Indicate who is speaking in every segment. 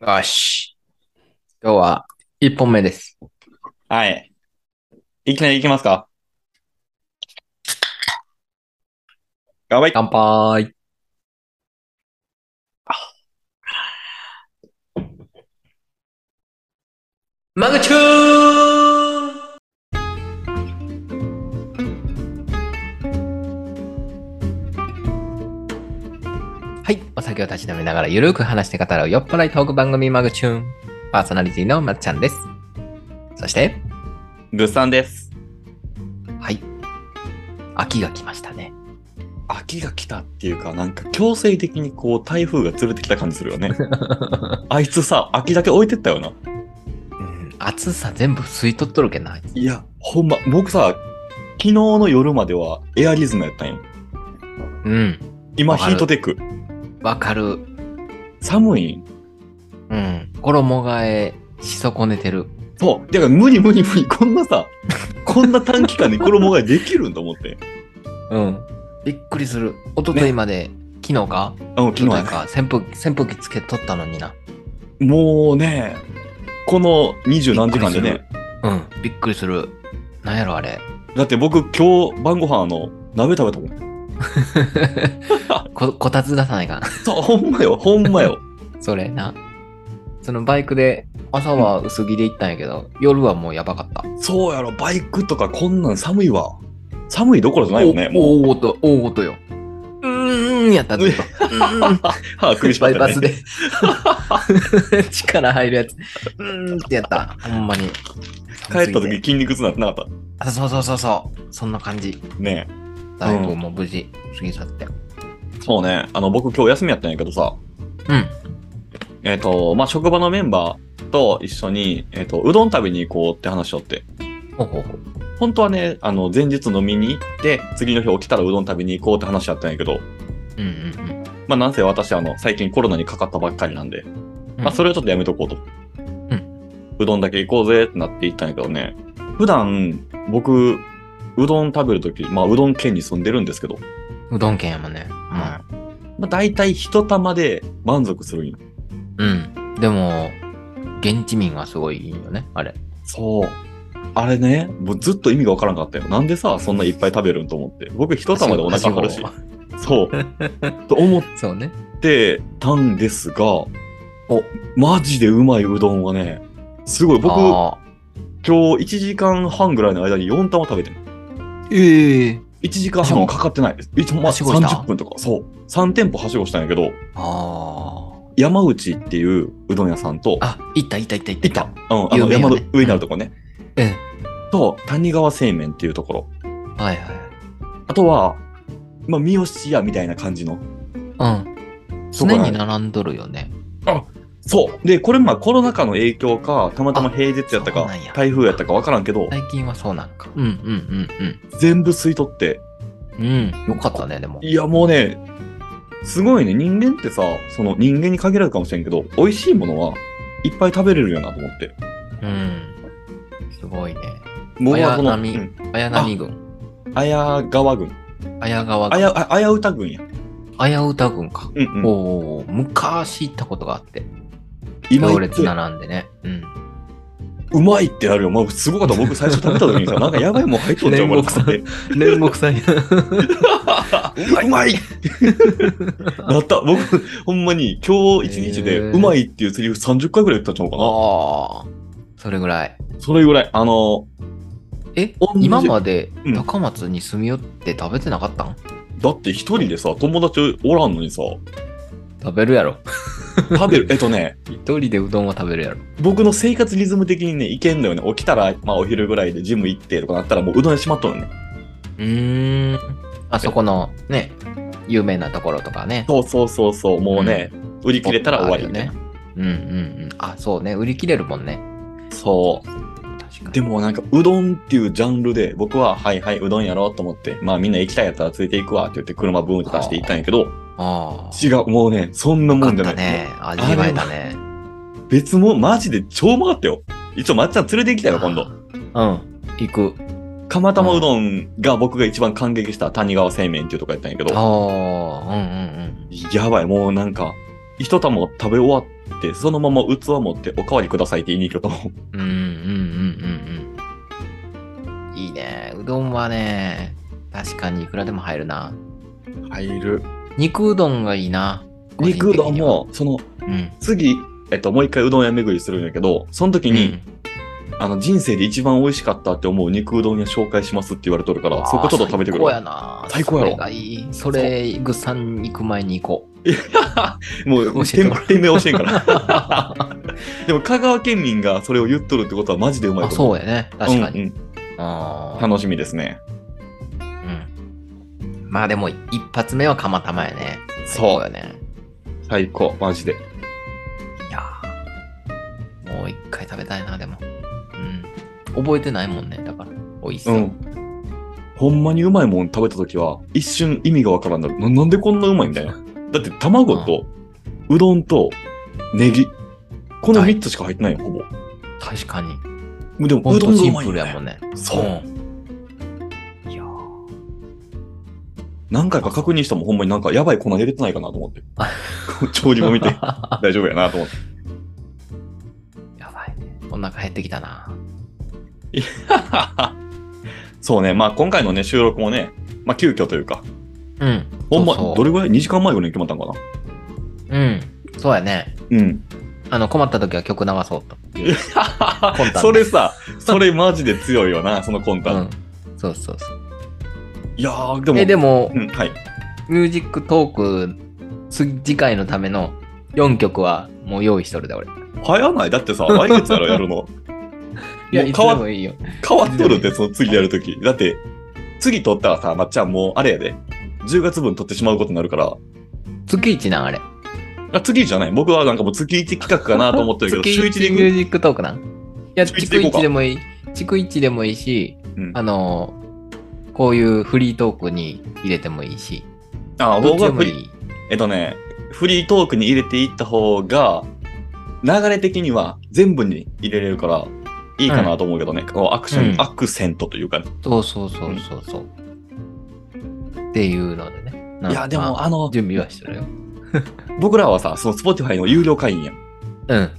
Speaker 1: よし。今日は1本目です。
Speaker 2: はい。いきなりいきますかやばい。
Speaker 1: 乾杯。マグチューンはい。お酒をたしなめながらゆるく話して語る酔っ払いトーク番組マグチューン。パーソナリティのまっちゃんです。そして、
Speaker 2: ぐっさんです。
Speaker 1: はい。秋が来ましたね。
Speaker 2: 秋が来たっていうか、なんか強制的にこう台風が連れてきた感じするよ ね。あいつさ、秋だけ置いてったよな。
Speaker 1: うん、暑さ全部吸い取っとるけんな。あいつ
Speaker 2: いや、ほんま、僕さ、昨日の夜まではエアリズムやったんよ。
Speaker 1: うん。
Speaker 2: 今
Speaker 1: わか
Speaker 2: ヒ
Speaker 1: る
Speaker 2: ートテック。
Speaker 1: わかる。
Speaker 2: 寒い
Speaker 1: うん。衣替えし損ねてる。
Speaker 2: そう。だから無理無理無理。こんなさ、 こんな短期間で衣替えできるんと思って。
Speaker 1: うん。びっくりする。一昨日まで、昨日か
Speaker 2: うん、昨日
Speaker 1: 昨
Speaker 2: や
Speaker 1: 日
Speaker 2: ね
Speaker 1: か扇風機、扇風機つけとったのにな。
Speaker 2: もうね、この二十何時間で
Speaker 1: びっ
Speaker 2: ね
Speaker 1: く、うん。びっくりする。なんやろあ れ。
Speaker 2: だって僕今日晩ご飯あの鍋食べたもん。
Speaker 1: こ、こたつ出さないかん。
Speaker 2: そう、ほんまよ、ほんまよ。
Speaker 1: それな。そのバイクで、朝は薄着で行ったんやけど、夜はもうやばかった。
Speaker 2: そうやろ、バイクとかこんなん寒いわ。寒いどころじゃないよね、もう。
Speaker 1: お大音、大音よ。うーん、やったずっ と。
Speaker 2: 歯食いしば
Speaker 1: バ
Speaker 2: っ
Speaker 1: イ
Speaker 2: た
Speaker 1: パ
Speaker 2: ね
Speaker 1: ス。で 力入るやつ。うーんってやった。ほんまに。
Speaker 2: 帰った時筋肉痛なってなかっ
Speaker 1: あそうそうそうそう。そんな感じ。
Speaker 2: た。ねえ
Speaker 1: だいぶもう無事過ぎ去って。
Speaker 2: そうね、あの僕今日休みやったんやけどさ、
Speaker 1: うん。
Speaker 2: えっ、と、まあ、職場のメンバーと一緒に、えっ、と、うどん食べに行こうって話しとって。
Speaker 1: ほうほうほう。
Speaker 2: 本当はね、あの、前日飲みに行って、次の日起きたらうどん食べに行こうって話やったんやけど、
Speaker 1: うんうん
Speaker 2: まあ、なんせ私、あの、最近コロナにかかったばっかりなんで、
Speaker 1: うん。
Speaker 2: まあ、それをちょっとやめとこうと。うん。うどんだけ行こうぜってなって行ったんやけどね。普段、僕、うどん食べるとき、まあ、うどん県に住んでるんですけど、
Speaker 1: うどん県やもんね。
Speaker 2: まあ、大体一玉で満足するんよ。
Speaker 1: うん。うん。でも、現地民はすごいいいよね。あれ。
Speaker 2: そう。あれね、もうずっと意味がわからんかったよ。なんでさ、そんないっぱい食べるんと思って。僕、一玉でお腹張るし。
Speaker 1: はし
Speaker 2: そう。と思っ
Speaker 1: ご そうね。
Speaker 2: てたんですが、お、マジでうまいうどんはね、すごい。僕、
Speaker 1: あ
Speaker 2: 今日1時間半ぐらいの間に4玉食べてん
Speaker 1: ーええ。
Speaker 2: 1時間半もかかってないです。いつもま
Speaker 1: は
Speaker 2: あ
Speaker 1: しごした
Speaker 2: 30分とか、そう。3店舗はしごしたんやけど、
Speaker 1: ああ。
Speaker 2: 山内っていううどん屋さんと、
Speaker 1: あ、行った行った行った行
Speaker 2: い
Speaker 1: った。
Speaker 2: た。うん、あ
Speaker 1: 有
Speaker 2: の
Speaker 1: 名よ
Speaker 2: 山の
Speaker 1: ね
Speaker 2: 上になるとこね。
Speaker 1: え
Speaker 2: と、谷川製麺っていうところ。
Speaker 1: え。はいはい。
Speaker 2: あとは、まあ、三好屋みたいな感じの。
Speaker 1: うん。
Speaker 2: そこ
Speaker 1: 常
Speaker 2: ら
Speaker 1: に並んどるよね。
Speaker 2: そう。で、これまあコロナ禍の影響か、たまたま平日やった
Speaker 1: そう
Speaker 2: か
Speaker 1: なんや、
Speaker 2: 台風やったかわからんけど、
Speaker 1: 最近はそうなんか。うんうん
Speaker 2: 全部吸い取って。
Speaker 1: うんうん。うん。よかったね、でも。
Speaker 2: いや、もうね、すごいね。人間ってさ、その人間に限られるかもしれんけど、美味しいものはいっぱい食べれるよなと思って。
Speaker 1: うん。すごいね。
Speaker 2: 僕はこの、う
Speaker 1: 綾波
Speaker 2: ん、
Speaker 1: 綾波軍。
Speaker 2: 綾川郡。
Speaker 1: 綾川
Speaker 2: あや
Speaker 1: 軍。、
Speaker 2: ああやうた軍や。
Speaker 1: 綾歌軍か。
Speaker 2: うんうん
Speaker 1: おお昔行ったことがあって。
Speaker 2: 今
Speaker 1: 行
Speaker 2: 言っ
Speaker 1: 列
Speaker 2: て、
Speaker 1: 並んでね。うん。
Speaker 2: うまいってなるよ。まあ、すごかった。僕最初食べた時 にさ、なんかやばいもん入っとんじゃん、
Speaker 1: 煉
Speaker 2: 俺
Speaker 1: 獄さん
Speaker 2: って。
Speaker 1: 煉獄さんや。
Speaker 2: うまいなった。僕、ほんまに今日一日で、
Speaker 1: へー
Speaker 2: うまいっていうセリフ30回ぐらい言ったんちゃうかな。
Speaker 1: ああ。それぐらい。
Speaker 2: それぐらい。あの、
Speaker 1: え
Speaker 2: 同、じ
Speaker 1: 今まで
Speaker 2: うん
Speaker 1: 高松に住み寄って食べてなかったん
Speaker 2: だって一人でさ、友達おらんのにさ、
Speaker 1: 食べるやろ。
Speaker 2: 食 べる。えっとね、
Speaker 1: 一人でうどんは食べるやろ。
Speaker 2: 僕の生活リズム的にね、いけんのよね。起きたら、まあお昼ぐらいでジム行ってとかなったら、もううどん屋しまっとるのね。
Speaker 1: うーん。あそこのね、有名なところとかね。
Speaker 2: そうそうそうそう、もうね、売り切れたら終わりみたいな。
Speaker 1: ね。うんうんうん。あ、そうね。売り切れるもんね。
Speaker 2: そう。
Speaker 1: 確かに。
Speaker 2: でもなんか、うどんっていうジャンルで、僕は、はいはい、うどんやろうと思って、まあみんな行きたいやったらついていくわって言って、車ブーンって出して行ったんやけど、
Speaker 1: ああ。
Speaker 2: 違う、もうね、そんなも
Speaker 1: か
Speaker 2: ん
Speaker 1: っ
Speaker 2: じゃな
Speaker 1: た
Speaker 2: い。
Speaker 1: ね。味わえたね。
Speaker 2: 別もん、マジで超回ったよ。一応、まっちゃん連れて行きたいよ、今度。
Speaker 1: うん。行く。
Speaker 2: 釜玉うどんが僕が一番感激した谷川製麺っていうとこやったんやけ
Speaker 1: あ
Speaker 2: ど、
Speaker 1: あ。うんうんうん。
Speaker 2: やばい、もうなんか、一玉食べ終わって、そのまま器持っておかわりくださいって言いに行くと、
Speaker 1: うんうんうんうんうん。いいね。うどんはね、確かにいくらでも入るな。
Speaker 2: 入る。
Speaker 1: 肉うどんがいいな。
Speaker 2: 肉うどんも、その、
Speaker 1: 個人的には。
Speaker 2: 次、えっと、もう一回うどん屋巡りするんやけど、その時
Speaker 1: うん。
Speaker 2: に、あの、人生で一番美味しかったって思う肉うどん屋紹介しますって言われとるから、そこちょっと食べてく
Speaker 1: 最高
Speaker 2: るわ。
Speaker 1: やな。
Speaker 2: 最高やろ
Speaker 1: それがいい。それ、グッサン行く前に行こう。
Speaker 2: もう、
Speaker 1: 教えて
Speaker 2: 店
Speaker 1: もら
Speaker 2: 店名教えんから。 でも、香川県民がそれを言っとるってことはマジでうまい
Speaker 1: あ、
Speaker 2: と思う。
Speaker 1: そうやね。確かに。
Speaker 2: うんうん
Speaker 1: あー
Speaker 2: 楽しみですね。
Speaker 1: うん。まあでも、一発目は釜玉やね。
Speaker 2: そ
Speaker 1: 最
Speaker 2: う
Speaker 1: 高やね。
Speaker 2: 最高、マジで。
Speaker 1: いやーもう一回食べたいな、でも。うん。覚えてないもんね、だから。美味しそうう。
Speaker 2: ん。ほんまにうまいもん食べた時は、一瞬意味がわからんなる。ななんでこんなうまいみたいな。だって、卵と、うどんと、ネギ。この3つしか入ってないよ、ほぼ。
Speaker 1: 確かに。
Speaker 2: でも、
Speaker 1: ほん
Speaker 2: うど
Speaker 1: と
Speaker 2: んが
Speaker 1: シ
Speaker 2: う
Speaker 1: ン
Speaker 2: まい
Speaker 1: プ
Speaker 2: よ
Speaker 1: ル
Speaker 2: ね
Speaker 1: やもんね。
Speaker 2: そう
Speaker 1: うん。いやー
Speaker 2: 何回か確認したもんほんまになんかやばい粉入れてないかなと思って。 調理も 見て 大丈夫やなと思って。
Speaker 1: やばいね。お腹減ってきたな。
Speaker 2: そうね、まあ今回のね、収録もね、まあ急遽というか、
Speaker 1: うん。
Speaker 2: ほんま、
Speaker 1: そうそう
Speaker 2: どれぐらい ?2 時間前ぐらいに決まったんかな
Speaker 1: うん。そうやね。
Speaker 2: うん。
Speaker 1: あの、困った時は曲流そうと。ンタン
Speaker 2: それさ、それマジで強いよな、そのコンタ。
Speaker 1: うん。そうそうそう。
Speaker 2: いやー、でも、
Speaker 1: え、でも
Speaker 2: う、ん、はい。
Speaker 1: ミュージックトーク、す次回のための4曲はもう用意しとるで、俺。
Speaker 2: 早ないだってさ、来月やろ、や るの。
Speaker 1: いや、
Speaker 2: もう
Speaker 1: いつで
Speaker 2: 変わっ
Speaker 1: もいいよ。
Speaker 2: 変わっとるって、その次やるとき。だって、次撮ったらさ、まっちゃんもう、あれやで、10月分撮ってしまうことになるから、
Speaker 1: 月一なん、あれ。
Speaker 2: あ月一じゃない僕はなんかもう月1企画かなと思ってるけど、
Speaker 1: 月
Speaker 2: 週
Speaker 1: 一
Speaker 2: 1
Speaker 1: ミ
Speaker 2: で
Speaker 1: ュージックトークなん。いや、
Speaker 2: 週
Speaker 1: 地
Speaker 2: 一
Speaker 1: 区
Speaker 2: で行こうか
Speaker 1: 1でもいい。地区1でもいいし、
Speaker 2: うん
Speaker 1: あのー、こういうフリートークに入れてもいいし。
Speaker 2: あ、
Speaker 1: どっ
Speaker 2: 僕
Speaker 1: ちで
Speaker 2: は
Speaker 1: もい
Speaker 2: フリー、
Speaker 1: い。
Speaker 2: えっとね、フリートークに入れていった方が、流れ的には全部に入れれるから、いいかなと思うけどね、こうアクション、
Speaker 1: うん
Speaker 2: アクセントというかね。
Speaker 1: そうそうそうそうそう。っていうのでね。なん
Speaker 2: い
Speaker 1: か
Speaker 2: や、でも、
Speaker 1: まあ
Speaker 2: あの、
Speaker 1: 準備はしてるよ。
Speaker 2: 僕らはさ、その Spotify の有料会員やん。
Speaker 1: うん。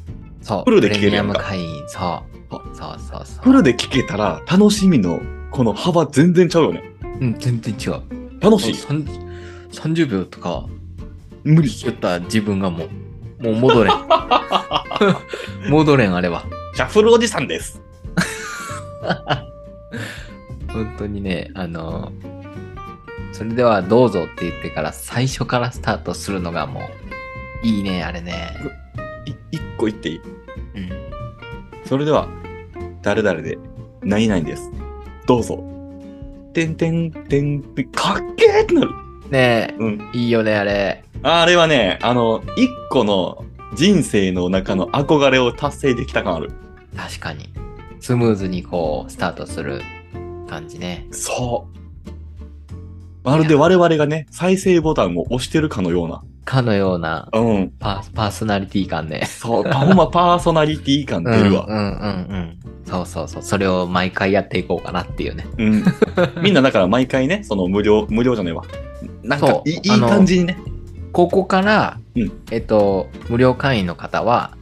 Speaker 1: そう。
Speaker 2: フルで聞ける
Speaker 1: プレ
Speaker 2: や
Speaker 1: ミ
Speaker 2: ん
Speaker 1: アム
Speaker 2: か
Speaker 1: 会員、そう。そうそうそう。
Speaker 2: フルで聞けたら、楽しみの、この幅全然ちゃうよね。
Speaker 1: うん、全然違う。
Speaker 2: 楽しい。
Speaker 1: さん30秒とか
Speaker 2: 無理。
Speaker 1: 言った自分がもう、もう戻 れん。戻れん、あれは。
Speaker 2: シャッフルおじさんです。
Speaker 1: 本当にね、あの、それではどうぞって言ってから最初からスタートするのがもう、いいね、あれね。
Speaker 2: い一個言っていい
Speaker 1: うん。
Speaker 2: それでは、誰々で、何々です。どうぞ。てんてんてんてん、かっけーってなる。
Speaker 1: ね
Speaker 2: うん。
Speaker 1: え、いいよね、あれ。
Speaker 2: あれはね、あの、一個の人生の中の憧れを達成できた感ある。
Speaker 1: 確かに。スムーズにこう、スタートする感じね。
Speaker 2: そう。まるで我々がね、再生ボタンを押してるかのような。
Speaker 1: かのような
Speaker 2: うん。
Speaker 1: パーパーソナリティ感ね。
Speaker 2: そう、パほんまパーソナリティ感出る
Speaker 1: う
Speaker 2: わ。
Speaker 1: んうんうんうん。そうそうそう。それを毎回やっていこうかなっていうね。
Speaker 2: うん。みんなだから毎回ね、その無料、無料じゃねえわ。なんか
Speaker 1: そ
Speaker 2: いういい
Speaker 1: あの
Speaker 2: 感じにね。
Speaker 1: ここから、
Speaker 2: うん
Speaker 1: えっと、無料会員の方は、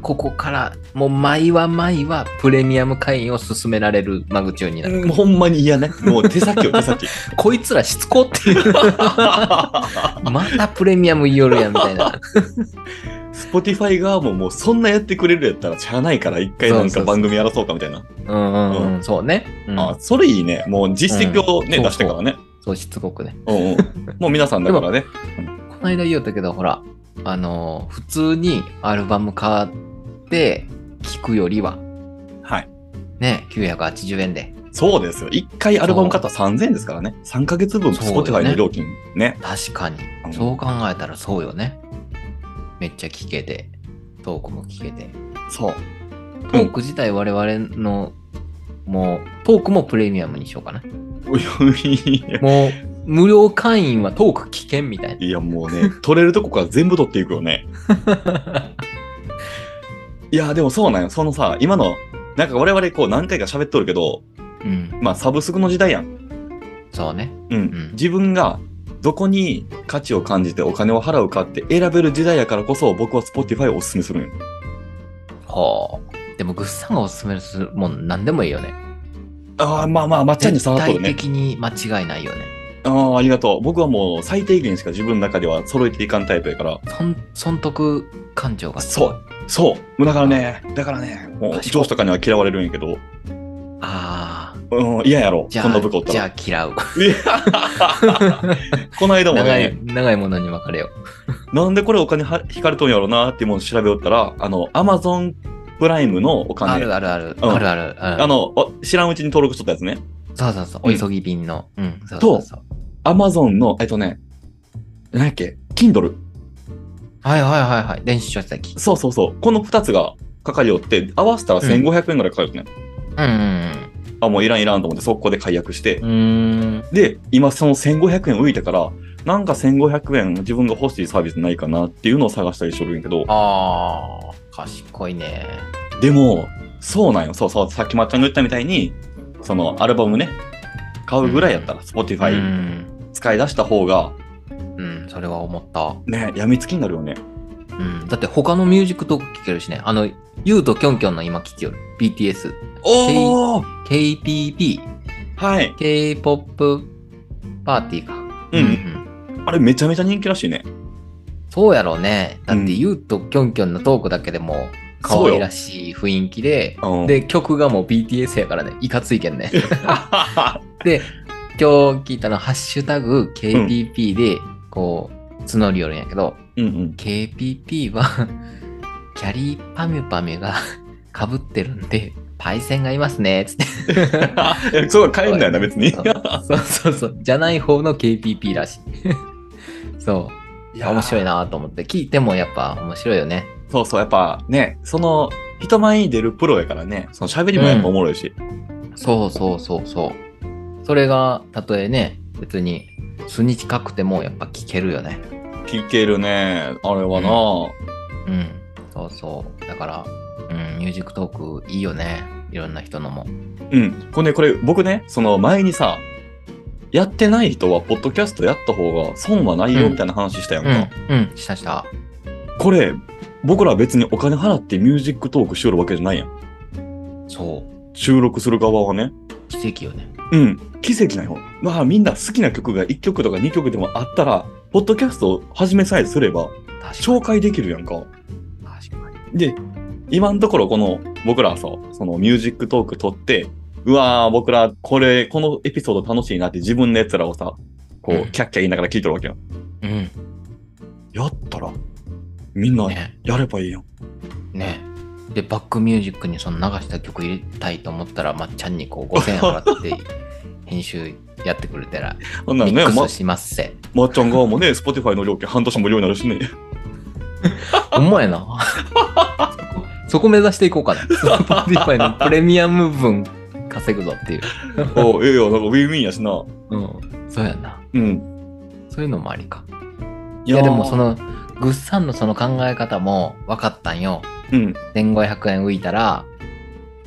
Speaker 1: ここから、もう毎は毎はプレミアム会員を勧められるマグチューンになる。
Speaker 2: うんほんまに嫌ね。もう手先 を手先。
Speaker 1: こいつらしつこって いう。またプレミアム言いよるやんみたいな。
Speaker 2: スポティファイ側ももうそんなやってくれるやったらしゃあないから一回なんか番組やらそうかみたいな。
Speaker 1: うんうんうん、そうね。うん
Speaker 2: あ、それいいね。もう実績をね、
Speaker 1: うん
Speaker 2: 出してからね。
Speaker 1: そうしつこくね。
Speaker 2: うんうん、もう皆さんだからね。
Speaker 1: この間言おったけど、ほら、あのー普通にアルバム買って聞くよりは、
Speaker 2: はい。
Speaker 1: ね、980円で。
Speaker 2: そうですよ。1回アルバム買ったら3000円ですからね。3ヶ月分、
Speaker 1: そうだ
Speaker 2: Spotify
Speaker 1: よね
Speaker 2: の料金ね。
Speaker 1: 確かに
Speaker 2: う。ん
Speaker 1: そう考えたらそうよね。めっちゃ聞けて、トークも聞けて。
Speaker 2: そう。
Speaker 1: トーク自体我々の、もう、トークもプレミアムにしようかな。
Speaker 2: いや
Speaker 1: もう、無料会員はトーク聞けんみたい
Speaker 2: いや、もうね、 取れるとこから全部取っていくよ ね。
Speaker 1: な。
Speaker 2: いや、でもそうなんよ。そのさ、今の、なんか我々こう何回か喋っとるけど、
Speaker 1: うん。
Speaker 2: まあサブスクの時代やん。
Speaker 1: そうね。
Speaker 2: うん。
Speaker 1: ん
Speaker 2: 自分がどこに価値を感じてお金を払うかって選べる時代やからこそ僕は Spotify をおすすめするんよ
Speaker 1: はあ。でも、ぐっさんがおすすめするもん、何でもいいよね。
Speaker 2: ああまあまあまっちゃんに
Speaker 1: 絶
Speaker 2: さらっと
Speaker 1: 対
Speaker 2: でね
Speaker 1: 的に間違いないよね。
Speaker 2: ああありがとう僕はもう最低限しか自分の中では揃えていかんタイプやから
Speaker 1: 損損得感情がす
Speaker 2: そ
Speaker 1: ごいう
Speaker 2: そうだからねだからねもう
Speaker 1: 賢い
Speaker 2: 上司とかには嫌われるんやけど
Speaker 1: ああ。
Speaker 2: うん嫌やろ
Speaker 1: じゃ
Speaker 2: こんな部下お
Speaker 1: あ
Speaker 2: っ、た
Speaker 1: じゃ
Speaker 2: ら
Speaker 1: あ嫌 う。
Speaker 2: いや この間も
Speaker 1: 長
Speaker 2: ね
Speaker 1: い、長いものに分かれよ
Speaker 2: なんでこれお金は引かれとんやろなっていうものを調べよったら、あの、アマゾンプライムのお
Speaker 1: う。
Speaker 2: 金、
Speaker 1: あ
Speaker 2: あ
Speaker 1: るあるある。
Speaker 2: うん
Speaker 1: あるある。ある
Speaker 2: の、お知らんうちに登録しとったやつね。
Speaker 1: そうそうそう。
Speaker 2: う
Speaker 1: お
Speaker 2: ん
Speaker 1: 急ぎ便の。うん。そうそうそう。
Speaker 2: アマゾンの、えっとね、何やっけ、Kindle。
Speaker 1: はいはいはいはい。電子書籍。
Speaker 2: そうそうそう。この2つがかかりよって、合わせたら
Speaker 1: うん
Speaker 2: 1500円ぐらいかかるよね。
Speaker 1: うんうん
Speaker 2: あ、もういらんいらんと思って、速攻で解約して
Speaker 1: う。ん。うーん。
Speaker 2: で、今その1500円浮いたから、なんか1500円自分が欲しいサービスないかなっていうのを探したりしとるんやけど、
Speaker 1: ああ、賢いね。
Speaker 2: でも、そうなんよ。そうそう。さっきまっちゃんが言ったみたいに、そのアルバムね、買うぐらいやったら、
Speaker 1: う
Speaker 2: Spotify
Speaker 1: ん。
Speaker 2: 使い出した方が、
Speaker 1: うん、それは思った。
Speaker 2: ね、やみつきになるよね。
Speaker 1: うん。だって他のミュージックトーク聞けるしね。あの、ゆうときょんきょんの今聞きよる。BTS。
Speaker 2: お
Speaker 1: お
Speaker 2: ー
Speaker 1: KPP。
Speaker 2: はい。
Speaker 1: K-POP パーティーか。
Speaker 2: うんあれめちゃめちゃ人気らしいね。
Speaker 1: そうやろうね。だっ
Speaker 2: うん
Speaker 1: て、ゆうときょんきょんのトークだけでも、可愛らしい雰囲気で、
Speaker 2: うん、
Speaker 1: で、 曲がもう BTS やからね、いかついけんね。で、今日聞いたの、ハッシュタグ KPP で、こう、募りよるんやけど、
Speaker 2: うんうん。
Speaker 1: KPP は、キャリーパミュパミュがかぶってるんで、パイセンがいますね、つって。
Speaker 2: えそう帰んないな、別に。
Speaker 1: そう そうそうそう、じゃない方の KPP らしい。 そう。
Speaker 2: い
Speaker 1: 面白い
Speaker 2: な。
Speaker 1: なと思って聞いてもやっぱ面白いよね。
Speaker 2: そうそう、やっぱね、その、人前に出るプロやからね、その喋りもやっぱおもろいし。
Speaker 1: そうそうそうそう。それがたとえね別に数日近くてもやっぱ聞けるよね。
Speaker 2: 聞けるね、あれはな。
Speaker 1: うん。そうそう。だから、うん、ミュージックトークいいよね。いろんな人のも。
Speaker 2: うん。これね、これ、僕ね、その前にさ、やってない人は、ポッドキャストやった方が損はないよみたいな話したやん
Speaker 1: う
Speaker 2: か。
Speaker 1: ん。うん。したした。
Speaker 2: これ、僕ら別にお金払ってミュージックトークしよるわけじゃないやん。
Speaker 1: そ
Speaker 2: 収録する側はね。
Speaker 1: う。奇跡よね。
Speaker 2: うん。奇跡なんよ。まあみんな好きな曲が1曲とか2曲でもあったら、ポッドキャストを始めさえすれば、
Speaker 1: 確かに。
Speaker 2: 紹介できるやんか。
Speaker 1: 確かに。
Speaker 2: で、今のところこの、僕らはさ、そのミュージックトーク撮って、うわー、僕らこれ、このエピソード楽しいなって自分のやつらをさ、こ
Speaker 1: う
Speaker 2: う、
Speaker 1: ん
Speaker 2: キャッキャ言いながら聞いとるわけよ。
Speaker 1: うん。
Speaker 2: やったら、みんな
Speaker 1: ね。
Speaker 2: やればいいやん。
Speaker 1: ね。で、バックミュージックにその流した曲入れたいと思ったら、まっちゃんにこう5000円払 って編集やってくれたら、
Speaker 2: そんな
Speaker 1: ミ
Speaker 2: ん
Speaker 1: ッ
Speaker 2: ね、ま
Speaker 1: クス、しますせ。
Speaker 2: まっちゃん側もね、Spotify の料金半年無料になる しね。
Speaker 1: ほんまやな。 そこ目指していこう かな。Spotify のプレミアム分稼ぐぞっていう。
Speaker 2: おういやいや、なんかウィンウィンやしな。
Speaker 1: うん。そうやな。
Speaker 2: うん。
Speaker 1: そういうのもありか。
Speaker 2: い
Speaker 1: いや、
Speaker 2: ー
Speaker 1: でもそ、の、ぐっさんのその考え方も分かったんよ。
Speaker 2: うん。
Speaker 1: 1500円浮いたら、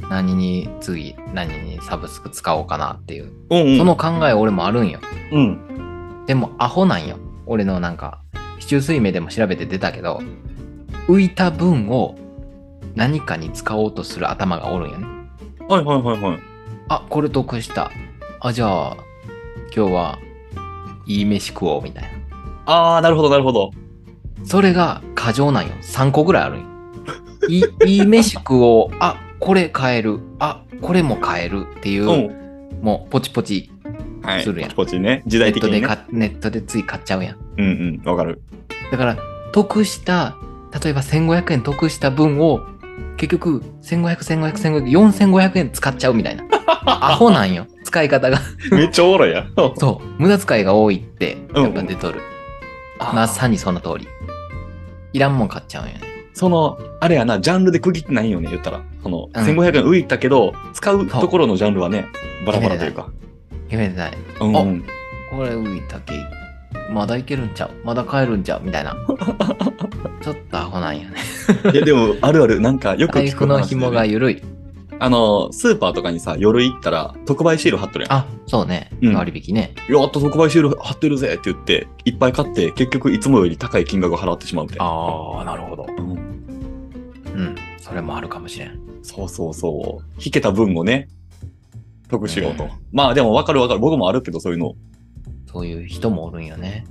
Speaker 1: 何に次、何にサブスク使おうかなっていう。
Speaker 2: うん、うん。
Speaker 1: その考え俺もあるんよ。
Speaker 2: うん。
Speaker 1: でもアホなんよ。俺のなんか、市中水明でも調べて出たけど、浮いた分を何かに使おうとする頭がおるんよね。
Speaker 2: はいはいはいはい。
Speaker 1: あ、これ得した。あ、じゃあ、今日はいい飯食おうみたいな。
Speaker 2: ああ、なるほどなるほど。
Speaker 1: それが過剰なんよ。3個ぐらいあるんよ。い いい飯食おう。あ、これ買える。あ、これも買えるっていうう、
Speaker 2: ん。
Speaker 1: もうポチポチ
Speaker 2: はい。
Speaker 1: するやん
Speaker 2: こっちね。時
Speaker 1: ネ
Speaker 2: 代
Speaker 1: ッ
Speaker 2: 的
Speaker 1: ト
Speaker 2: に
Speaker 1: で
Speaker 2: ね。
Speaker 1: かネットでつい買っちゃうやん。
Speaker 2: うんうん。わかる。
Speaker 1: だから、得した、例えば1500円得した分を、結局、1500、1500、1500、4500円使っちゃうみたい な。アホなんよ。使い方が。
Speaker 2: めっちゃおもろいやん。
Speaker 1: そう。無駄遣いが多いって、やっぱ出とる。
Speaker 2: あー
Speaker 1: まさにその通り。いらんもん買っちゃうんよね。
Speaker 2: その、あれやな、ジャンルで区切ってないよね、言ったら。その、
Speaker 1: ん
Speaker 2: 1500円浮いたけど、使うところのジャンルはね、バラバラというか。
Speaker 1: 決めてない。
Speaker 2: うんうん。
Speaker 1: これ浮いたけ。まだいけるんちゃうまだ買えるんちゃうみたい な。ちょっとアホなんよね。
Speaker 2: いや、でも、あるある、なんか、よく
Speaker 1: 財
Speaker 2: 聞く
Speaker 1: 布
Speaker 2: 話
Speaker 1: の
Speaker 2: でね
Speaker 1: 紐が緩い。
Speaker 2: あの、スーパーとかにさ、夜行ったら、特売シール貼っとるやん。
Speaker 1: あ、そうね。
Speaker 2: うん
Speaker 1: 割引ね。
Speaker 2: やっと特売シール貼ってるぜって言って、いっぱい買って、結局いつもより高い金額を払ってしまうみたいな。
Speaker 1: ああ、なるほど。
Speaker 2: うん
Speaker 1: うん。それもあるかもしれん。
Speaker 2: そうそうそう。引けた分をね、得しようと。
Speaker 1: うん
Speaker 2: まあでも分かる分かる。僕もあるけど、そういうの。
Speaker 1: そういう人もおるんよね。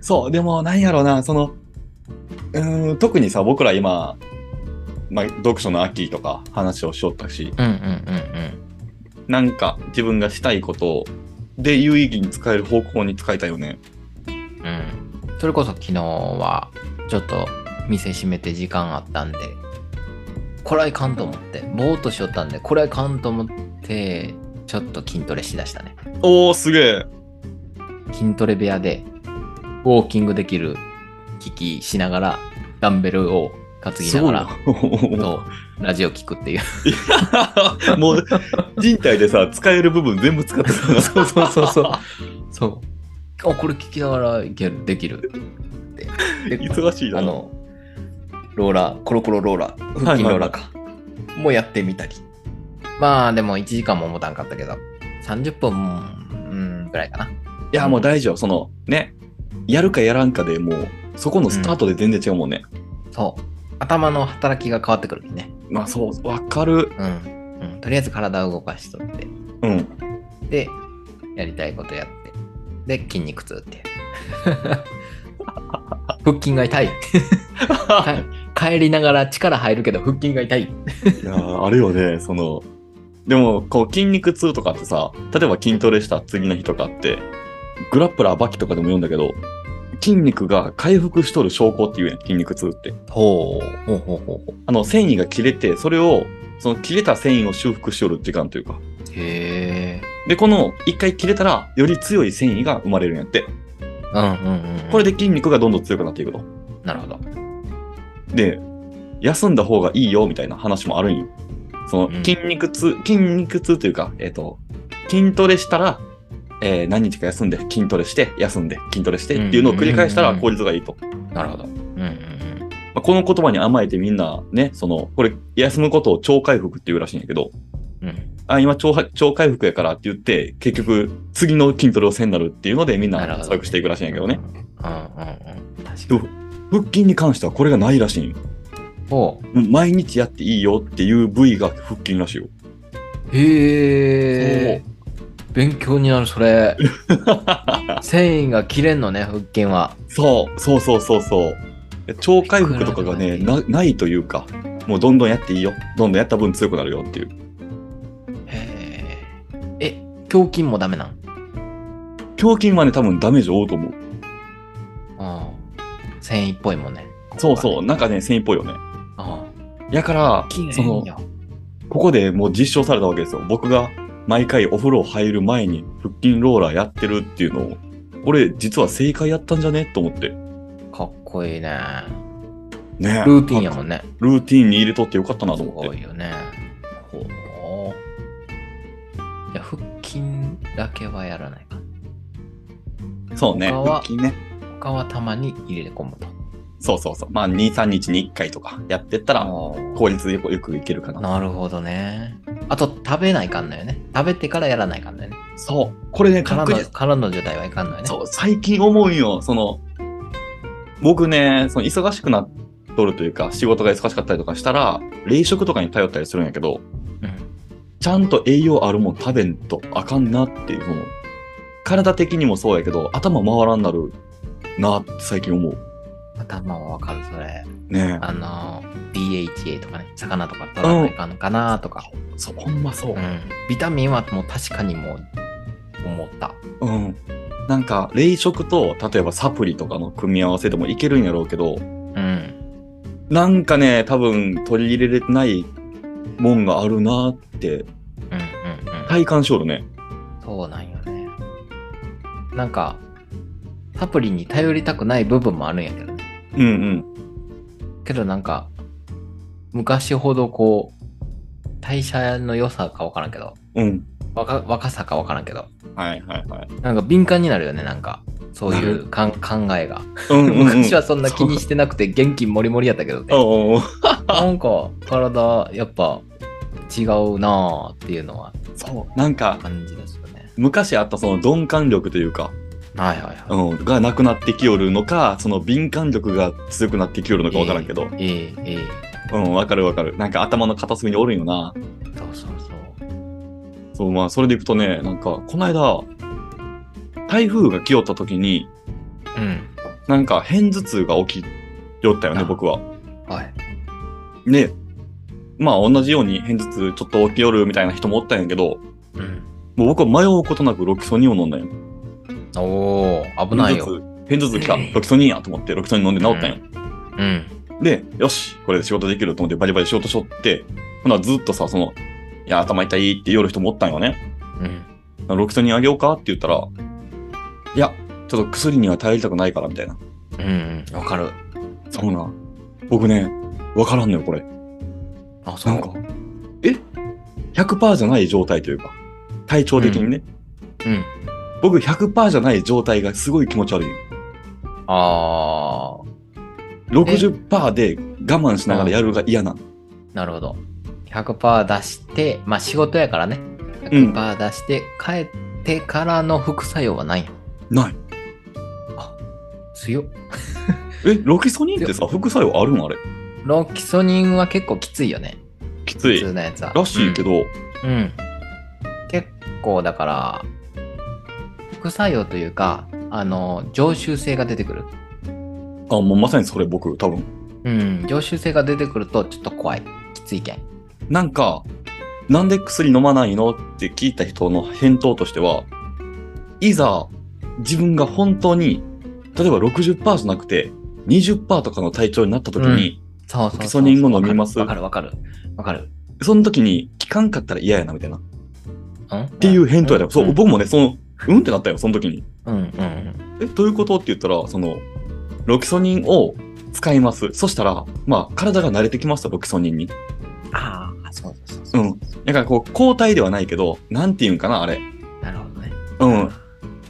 Speaker 2: そう、でもなんやろうな、その、うーん、特にさ、僕ら今、まあ、読書の秋とか話をしよったし、
Speaker 1: うんうんうん
Speaker 2: なんか自分がしたいことで有意義に使える方向に使いたいよね。
Speaker 1: うん。うん。それこそ昨日は、ちょっと店閉めて時間あったんで、こらいかんと思って、ぼーっとしよったんで、こらいかんと思って、ちょっと筋トレしだしたね。
Speaker 2: おー、すげえ。
Speaker 1: 筋トレ部屋で、ウォーキングできる機器しながら、ダンベルを担ぎながら、
Speaker 2: そ
Speaker 1: とラジオ聞くっていう。
Speaker 2: うもう、人体でさ、使える部分全部使 ってたな。
Speaker 1: そうそうそう そう。そう。あ、これ聞きながらいける、できる。 でで
Speaker 2: 忙しいな。
Speaker 1: あの、ローラー、コロコロローラー、腹筋ローラーか。もうやってみたり。まあでも1時間も持たんかったけど、30分、うん、ぐらいかな。
Speaker 2: いや、もう大丈夫。その、ね、やるかやらんかでもう、そこのスタートで全然違うもんね。
Speaker 1: そう。頭の働きが変わってくるきね。
Speaker 2: まあ、そう、わかる。
Speaker 1: うん。うん、とりあえず体を動かしとって。
Speaker 2: うん。
Speaker 1: で、やりたいことやって。で、筋肉痛って いう。腹筋が 痛い。か帰りながら力入るけど腹筋が痛い。
Speaker 2: いやーあるよね、その、でも、こう、筋肉痛とかってさ、例えば筋トレした次の日とかって、グラップラーバキとかでも読んだけど、筋肉が回復しとる証拠っていうやん、筋肉痛って。
Speaker 1: ほう。ほうほうほうほ
Speaker 2: あの、繊維が切れて、それを、その切れた繊維を修復しとる時間というか。
Speaker 1: う。へえ。
Speaker 2: で、この、一回切れたら、より強い繊維が生まれるんやって。
Speaker 1: うんうんうん。
Speaker 2: これで筋肉がどんどん強くなっていくと。
Speaker 1: なるほど。
Speaker 2: で、休んだ方がいいよ、みたいな話もあるんよ。その、
Speaker 1: うん
Speaker 2: 筋肉痛、筋肉痛というか、えっ、と、筋トレしたら、えー何日か休んで、筋トレして、休んで、筋トレしてっていうのを繰り返した
Speaker 1: うん
Speaker 2: ら
Speaker 1: うんうん
Speaker 2: 効率がいいと。
Speaker 1: なるほど。うんうんうん。
Speaker 2: まあ、この言葉に甘えてみんなね、その、これ、休むことを超回復っていうらしいんやけど、
Speaker 1: うん、
Speaker 2: あ、今超は、超回復やからって言って、結局、次の筋トレをせんなるっていうので、みん
Speaker 1: なるほ
Speaker 2: な
Speaker 1: ど
Speaker 2: 回復していくらしいんやけどね。
Speaker 1: うんうんうん。確か
Speaker 2: で
Speaker 1: に
Speaker 2: も。腹筋に関してはこれがないらしいんよ。
Speaker 1: ほ
Speaker 2: もう毎日やっていいよっていう部位が腹筋らしいよ。
Speaker 1: う。へえ。勉強になる、そ れ。繊維が切れんのね、腹筋は。
Speaker 2: そう、そうそうそうそう。超回復とかがね、
Speaker 1: いくら
Speaker 2: なないというか、もうどんどんやっていいよ。どんどんやった分強くなるよっていう。
Speaker 1: へえ。え、胸筋もダメなん
Speaker 2: 胸筋はね、多分ダメージを負うと思う。
Speaker 1: うん。繊維っぽいもんね。
Speaker 2: そうそう、
Speaker 1: う。
Speaker 2: なんかね、繊維っぽいよね。
Speaker 1: うん。
Speaker 2: やから、その、ここでもう実証されたわけですよ。僕が毎回お風呂入る前に腹筋ローラーやってるっていうのを、俺実は正解やったんじゃねと思って。
Speaker 1: かっこいいね。
Speaker 2: ね
Speaker 1: ルーティンやもんね。
Speaker 2: ルーティンに入れとってよかったなと
Speaker 1: す
Speaker 2: 思っ
Speaker 1: ご
Speaker 2: て。
Speaker 1: いよね。
Speaker 2: ほう
Speaker 1: おーいや、腹筋だけはやらないかな。
Speaker 2: そうね、
Speaker 1: 他は
Speaker 2: 腹筋ね。
Speaker 1: 他はたまに入れ込むと。
Speaker 2: そうそうそう。まあ、2、3日に1回とかやってったら、効率よくよくいけるかな。
Speaker 1: なるほどね。あと、食べないかんのよね。食べてからやらないかんのよね。
Speaker 2: そう。これね、
Speaker 1: から
Speaker 2: 確
Speaker 1: の
Speaker 2: 実。
Speaker 1: からの状態はいかんのよね。
Speaker 2: そう、最近思うんよ。その、僕ね、その忙しくなっとるというか、仕事が忙しかったりとかしたら、冷食とかに頼ったりするんやけど、
Speaker 1: うん。
Speaker 2: ちゃんと栄養あるもん食べんとあかんなっていう、その、体的にもそうやけど、頭回らんなるなって最近思う。
Speaker 1: 頭はわかる、それ。
Speaker 2: ね
Speaker 1: あの、DHA とかね、魚とか取らないかんのかなとか。
Speaker 2: え。そう、ほんまそう
Speaker 1: う。ん。ビタミンはもう確かにもう、思った。
Speaker 2: うん。なんか、冷食と、例えばサプリとかの組み合わせでもいけるんやろうけど、
Speaker 1: うん。
Speaker 2: なんかね、多分取り入れれてないもんがあるなっ
Speaker 1: う
Speaker 2: て
Speaker 1: んうんうん。
Speaker 2: 体感しよるね。
Speaker 1: そうなんよね。なんか、サプリに頼りたくない部分もあるんやけどね。
Speaker 2: うん
Speaker 1: けどなんか、昔ほどこう、代謝の良さかわからんけど、
Speaker 2: うん。うん。
Speaker 1: 若若さかわからんけど、
Speaker 2: はいはいはい。
Speaker 1: なんか敏感になるよね、なんか。そうい
Speaker 2: な
Speaker 1: うかん考えが。
Speaker 2: うんうん、うん。
Speaker 1: 昔はそんな気にしてなくて元気もりもりやったけどね。
Speaker 2: おうおう
Speaker 1: なんか体やっぱ違うなあっていうのは
Speaker 2: そう。なんか、
Speaker 1: 感じですよね。
Speaker 2: 昔あったその鈍感力というか、
Speaker 1: はいはいは
Speaker 2: うん、がなくなってきよるのか、その敏感力が強くなってきよるの
Speaker 1: い。
Speaker 2: かわからんけど、
Speaker 1: ええええ
Speaker 2: うん、わかるわかる。なんか頭の片隅におるんよな。
Speaker 1: そうそうそう。
Speaker 2: そう、まあ、それでいくとね、なんか、この間、台風が来よった時に、
Speaker 1: うん。
Speaker 2: なんか、片頭痛が起きよったよね、
Speaker 1: あ
Speaker 2: 僕は。
Speaker 1: はい。
Speaker 2: で、まあ、同じように片頭痛ちょっと起きよるみたいな人もおったんやけど、
Speaker 1: うん。
Speaker 2: もう僕は迷うことなくロキソニンを飲んだんよ。
Speaker 1: おお危ない
Speaker 2: 片
Speaker 1: よ。
Speaker 2: 頭痛片頭痛来た。ロキソニンやと思って、ロキソニン飲んで治ったんよ。
Speaker 1: うん。
Speaker 2: で、よし、これで仕事できると思ってバリバリ仕事しとって、ほなずっとさ、その、いや、頭痛いって夜人もおったんよね。
Speaker 1: うん。
Speaker 2: ロキソニンあげようかって言ったら、いや、ちょっと薬には頼りたくないからみたいな。
Speaker 1: うん。うんわかる。
Speaker 2: そうな。僕ね、わからんのよ、これ。
Speaker 1: あ、そ
Speaker 2: な
Speaker 1: うん
Speaker 2: か、え ?100% じゃない状態というか、体調的にね。
Speaker 1: うん。
Speaker 2: 僕100%じゃない状態がすごい気持ち悪い。
Speaker 1: ああ
Speaker 2: 60%で我慢しながらやるが嫌なの。
Speaker 1: なるほど。100%出して、まあ仕事やからね。
Speaker 2: うん
Speaker 1: 100%出して、帰ってからの副作用はないんや
Speaker 2: ない。
Speaker 1: 強っ
Speaker 2: え、ロキソニンってさ、副作用あるんあれ。
Speaker 1: ロキソニンは結構きついよね。
Speaker 2: きつ
Speaker 1: 普
Speaker 2: い。
Speaker 1: 通のやつは。
Speaker 2: らしいけど、
Speaker 1: うん。うん結構だから、副作用というか、あの、常習性が出てくる。
Speaker 2: あ、もうまさにそれ僕、多分。
Speaker 1: うん。常習性が出てくるとちょっと怖い。きついけん。
Speaker 2: なんか、なんで薬飲まないのって聞いた人の返答としては、いざ自分が本当に、例えば60%じゃなくて、20%とかの体調になった時に、
Speaker 1: そうそうそう。
Speaker 2: ロキソニンを飲みます
Speaker 1: わかるわかる。わかる。
Speaker 2: その時に効かんかったら嫌やな、みたいな。っ
Speaker 1: うんって
Speaker 2: いう返答やった。そう、
Speaker 1: ん
Speaker 2: 僕もね、その、うんってなったよ、その時に。
Speaker 1: うんうんうん。
Speaker 2: え、どういうことって言ったら、その、ロキソニンを使います。そしたら、まあ、体が慣れてきました、ロキソニンに。
Speaker 1: ああ、そうそう
Speaker 2: う
Speaker 1: そう。
Speaker 2: ん。だからこう、抗体ではないけど、なんていうんかな、あれ。
Speaker 1: なるほどね。
Speaker 2: うん。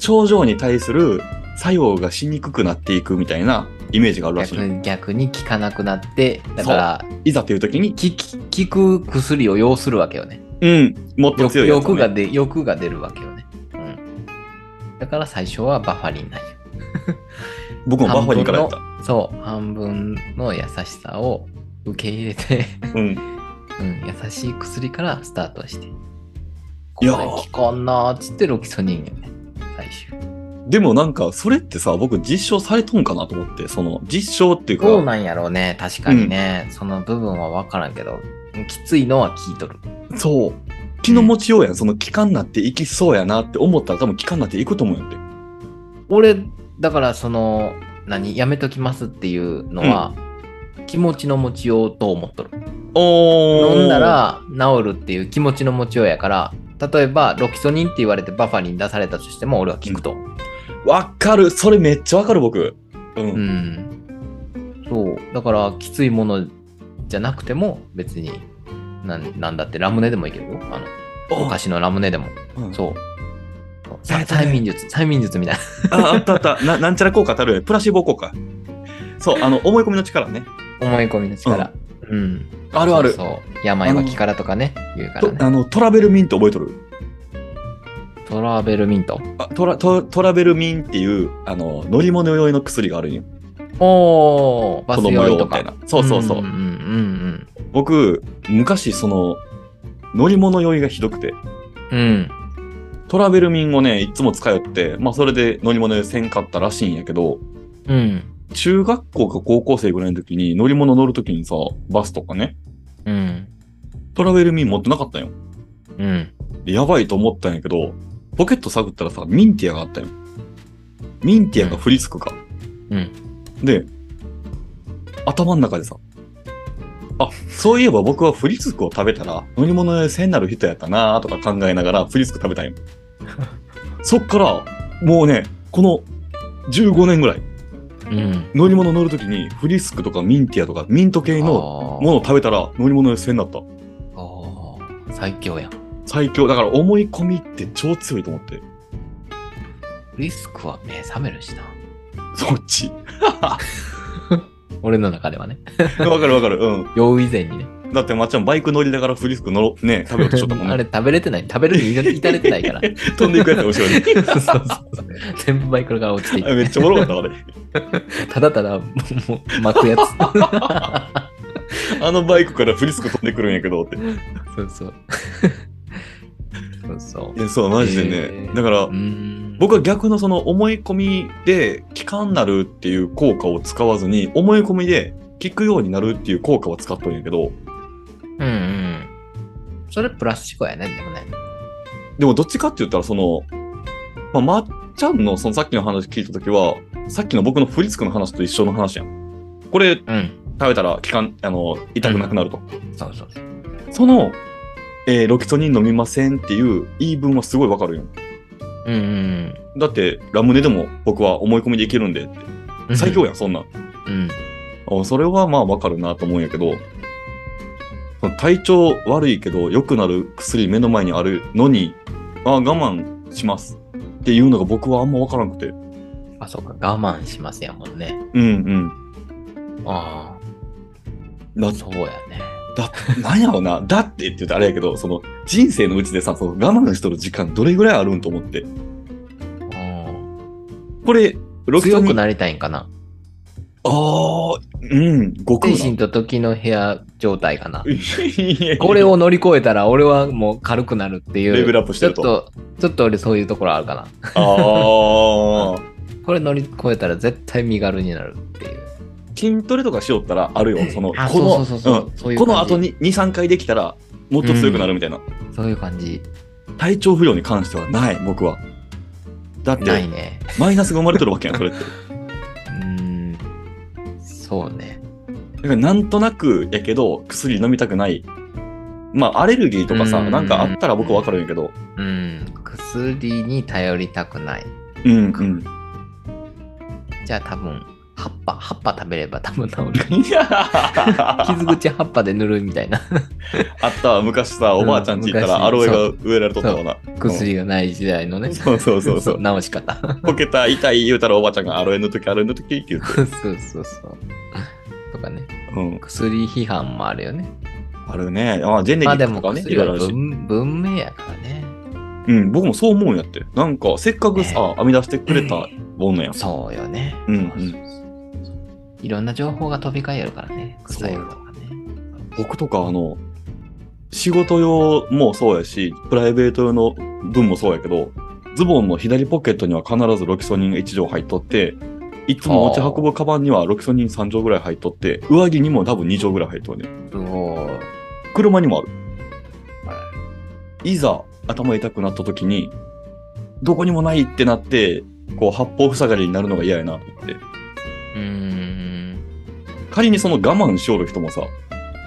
Speaker 2: 症状に対する作用がしにくくなっていくみたいなイメージがあるらし
Speaker 1: 逆
Speaker 2: い。
Speaker 1: に逆に効かなくなってだから
Speaker 2: いざという時に、
Speaker 1: きき効く薬を要するわけよね
Speaker 2: うん、もっと強
Speaker 1: 欲
Speaker 2: いやつ、
Speaker 1: 欲が
Speaker 2: ね。
Speaker 1: で欲が出るわけよね、うん、だから最初はバファリンなんよ
Speaker 2: 僕もバッファリンからやった。
Speaker 1: そう半分の優しさを受け入れて、
Speaker 2: うん。
Speaker 1: うん、優しい薬からスタートしてこ
Speaker 2: い
Speaker 1: れ
Speaker 2: やー
Speaker 1: 効かんなーっつってロキソニンよね最終
Speaker 2: でもなんか、それってさ、僕実証されとんかなと思って、その、実証っていうか、
Speaker 1: どうなんやろうね確かにね、その部分は分からんけどきついのは効いとる
Speaker 2: そう。気の持ちようやん。その、期間になっていきそうやなって思ったら、多分期間になっていくと思うんやって。
Speaker 1: 俺だからその何やめときますっていうのは、気持ちの持ちようと思っとる
Speaker 2: お
Speaker 1: 飲んだ、ら治るっていう気持ちの持ちようやから例えばロキソニンって言われてバファリン出されたとしても俺は効くと思う
Speaker 2: わかる。それめっちゃわかる、僕。うん。
Speaker 1: うん、そうだからきついものじゃなくても別になんなんだってラムネでもいけるよあのお菓子のラムネでも
Speaker 2: うん
Speaker 1: そうさ
Speaker 2: えっとね
Speaker 1: 催眠術催眠術みたいな
Speaker 2: あ、あったあった。ななんちゃら効果たる。プラシーボ効果。そう、あの、思い込みの力ね。
Speaker 1: 思い込みの力うん
Speaker 2: あるある。
Speaker 1: そうそう病は気からとかね、言うから
Speaker 2: と
Speaker 1: ね。
Speaker 2: あの、トラベルミント覚えとる
Speaker 1: トラベルミント。
Speaker 2: あトラトトラベルミンっていう、あの、乗り物用の薬があるんよ。
Speaker 1: おー、バ
Speaker 2: 子
Speaker 1: ス
Speaker 2: 供
Speaker 1: 酔い
Speaker 2: 用
Speaker 1: と
Speaker 2: みたい
Speaker 1: か。
Speaker 2: な。そうそうそう。
Speaker 1: うんうんうん
Speaker 2: 僕、昔、その、乗り物酔いがひどくて、
Speaker 1: うん。うん。
Speaker 2: トラベルミンをね、いつも使いよって、まあ、それで乗り物酔いせんかったらしいんやけど、
Speaker 1: うん。
Speaker 2: 中学校か高校生ぐらいの時に乗り物乗る時にさ、バスとかね、
Speaker 1: うん。
Speaker 2: トラベルミン持ってなかったんよ。
Speaker 1: うん。
Speaker 2: でやばいと思ったんやけど、ポケット探ったらさ、ミンティアがあったよ。ミンティアがフリスクか。
Speaker 1: うん
Speaker 2: で、頭の中でさ、あ、そういえば僕はフリスクを食べたら乗り物で背になる人やったなとか考えながらフリスク食べた んよ。そっから、もうね、この15年ぐらい、
Speaker 1: うん。
Speaker 2: 乗り物乗るときにフリスクとかミンティアとかミント系の
Speaker 1: の
Speaker 2: ものを食べたら乗り物で背になった。
Speaker 1: 最強やん。
Speaker 2: 最強。だから思い込みって超強いと思って。
Speaker 1: リスクは目覚めるしな。
Speaker 2: そっち。
Speaker 1: 俺の中ではね。
Speaker 2: わかるわかる。うん。
Speaker 1: 酔う以前にね。
Speaker 2: だってまっちゃんバイク乗りながらフリスクのろ、ね、食べようとしとったもん
Speaker 1: あれ
Speaker 2: ね。
Speaker 1: 食べれてない食べるに至れてない から。
Speaker 2: 飛んでいくやつ後ろに。
Speaker 1: そうそうそう全部バイクから落ちてい
Speaker 2: あ
Speaker 1: っ
Speaker 2: めっちゃおもろかったわ、あれ。
Speaker 1: てただただもうもう巻くや つ
Speaker 2: あのバイクからフリスク飛んでくるんやけどって。
Speaker 1: そうそうそうそう
Speaker 2: いやそう、マジで
Speaker 1: へ
Speaker 2: ね。
Speaker 1: ー
Speaker 2: だから
Speaker 1: う、ん
Speaker 2: 僕は逆のその思い込みで効かんなるっていう効果を使わずに、思い込みで効くようになるっていう効果は使っとるんやけど、
Speaker 1: うんうんそれプラスチコやねでもね
Speaker 2: でもどっちかって言ったら、その、まあ、まっちゃんのそのさっきの話聞いたときは、さっきの僕のフリスクの話と一緒の話やん。これ
Speaker 1: うん
Speaker 2: 食べたら効かん、あの、痛くなくなると。
Speaker 1: そうそうそう
Speaker 2: その、えーロキソニン飲みませんっていう言い分はすごいわかるよ。
Speaker 1: うんうん
Speaker 2: だって、ラムネでも僕は思い込みでいけるんでって。
Speaker 1: うん
Speaker 2: 最強やん、そんなん。
Speaker 1: うん
Speaker 2: あそれはまあわかるなと思うんやけど、その体調悪いけど良くなる薬目の前にあるのに、あ我慢しますっていうのが僕はあんまわからなくて。うん
Speaker 1: あそうか我慢しますやもんね
Speaker 2: うん。
Speaker 1: あ
Speaker 2: だ
Speaker 1: あそうやね
Speaker 2: だ、なんやろうな。 だってって言うとあれやけど、その人生のうちでさ、その我慢しとる時間どれぐらいあるんと思って。
Speaker 1: うん
Speaker 2: これ、ロキソ
Speaker 1: 強く
Speaker 2: ニン。あ
Speaker 1: なりたいんかな
Speaker 2: あー、うん、悟空
Speaker 1: 精
Speaker 2: な。
Speaker 1: 神と時の部屋状態かな
Speaker 2: いやいや
Speaker 1: これを乗り越えたら俺はもう軽くなるっていう
Speaker 2: レベルアップしてると
Speaker 1: ちょっとちょっと俺そういうところあるかな
Speaker 2: ああ。
Speaker 1: これ乗り越えたら絶対身軽になるっていう
Speaker 2: 筋トレとかしよったらある よ。その、こ
Speaker 1: あ
Speaker 2: の、
Speaker 1: そうそうそうそう
Speaker 2: うん
Speaker 1: そういう
Speaker 2: こ
Speaker 1: 感じ
Speaker 2: の後に2、3回できたら、もっと強くなるみたいな。
Speaker 1: そういう感じ
Speaker 2: 体調不良に関してはない、僕は。だっ
Speaker 1: ない
Speaker 2: て、
Speaker 1: ね
Speaker 2: マイナスが生まれてるわけやん、それって。
Speaker 1: うーんそうね
Speaker 2: だからなんとなくやけど、薬飲みたくない。まあ、アレルギーとかさ、
Speaker 1: うん
Speaker 2: なんかあったら僕わかるんやけど。
Speaker 1: うん薬に頼りたくない
Speaker 2: うん、 うん。
Speaker 1: じゃあ多分葉っぱ葉っぱ食べれば多分治 る
Speaker 2: いやー
Speaker 1: 傷口葉っぱで塗るみたいな
Speaker 2: あったわ、昔さ、おばあちゃんち行った
Speaker 1: うん昔
Speaker 2: らアロエが植えられとったわな。
Speaker 1: 薬がない時代の
Speaker 2: う
Speaker 1: ね
Speaker 2: ん。そうそうそうそう。
Speaker 1: 治し方
Speaker 2: こけた、痛い言うたらおばあちゃんがアロエの時、アロエの時って言って。
Speaker 1: そうそうそうとかね
Speaker 2: うん。
Speaker 1: 薬批判もあるよね
Speaker 2: あるね。あ、ジェネリ
Speaker 1: まあで
Speaker 2: ック
Speaker 1: も
Speaker 2: とかね。
Speaker 1: 薬
Speaker 2: いろいろ
Speaker 1: は
Speaker 2: あるし
Speaker 1: 文文明やからね
Speaker 2: うん、僕もそう思うんやって。なんか、せっかくさ
Speaker 1: ね、
Speaker 2: 編み出してくれたものやん。
Speaker 1: そうよね。
Speaker 2: うんうん
Speaker 1: そうそうそういろんな情報が飛び交えるからね。
Speaker 2: そう
Speaker 1: 薬
Speaker 2: よ
Speaker 1: とかね。
Speaker 2: 僕とか、あの、仕事用もそうやし、プライベート用の分もそうやけど、ズボンの左ポケットには必ずロキソニンが1錠入っとって、いつも持ち運ぶカバンにはロキソニン3錠ぐらい入っとって、上着にも多分2錠ぐらい入っとるね。
Speaker 1: すごい。
Speaker 2: 車にもある。いざ頭痛くなった時に、どこにもないってなって、こう八方塞がりになるのが嫌やなと思って。
Speaker 1: うーん。
Speaker 2: 仮にその我慢しおる人もさ、